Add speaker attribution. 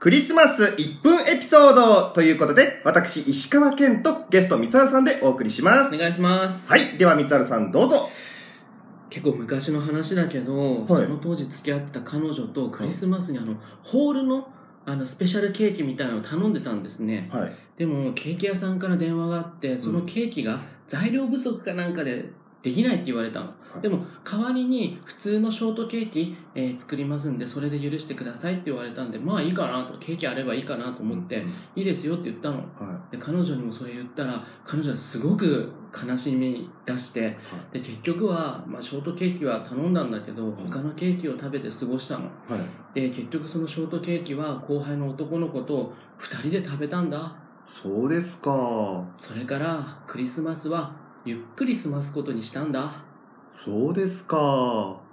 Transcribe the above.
Speaker 1: クリスマス1分エピソードということで、私、石川健とゲスト三原さんでお送りしま
Speaker 2: お
Speaker 1: す。
Speaker 2: 願いします、
Speaker 1: はい。では三原さんどうぞ。
Speaker 2: 結構昔の話だけど、
Speaker 1: い
Speaker 2: その当時付き合ってた彼女とクリスマスにあのホールのあのスペシャルケーキみたいなのを頼んでたんですね
Speaker 1: はい。
Speaker 2: でもケーキ屋さんから電話があってそのケーキが材料不足かなんかでできないって言われたの、
Speaker 1: い
Speaker 2: でも代わりに普通のショートケーキ、えー作りますんでそれで許してくださいって言われたんでまあいいかなとケーキあればいいかなと思って、
Speaker 1: うん
Speaker 2: いいですよって言ったの
Speaker 1: は
Speaker 2: で彼女にもそれ言ったら彼女はすごく悲しみ出して、で結局は、まあ、ショートケーキは頼んだんだけど他のケーキを食べて過ごしたの
Speaker 1: い。はい。
Speaker 2: で結局そのショートケーキは後輩の男の子と2人で食べたんだ
Speaker 1: そうですか。
Speaker 2: それからクリスマスはゆっくり済ますことにしたんだ
Speaker 1: そうですか。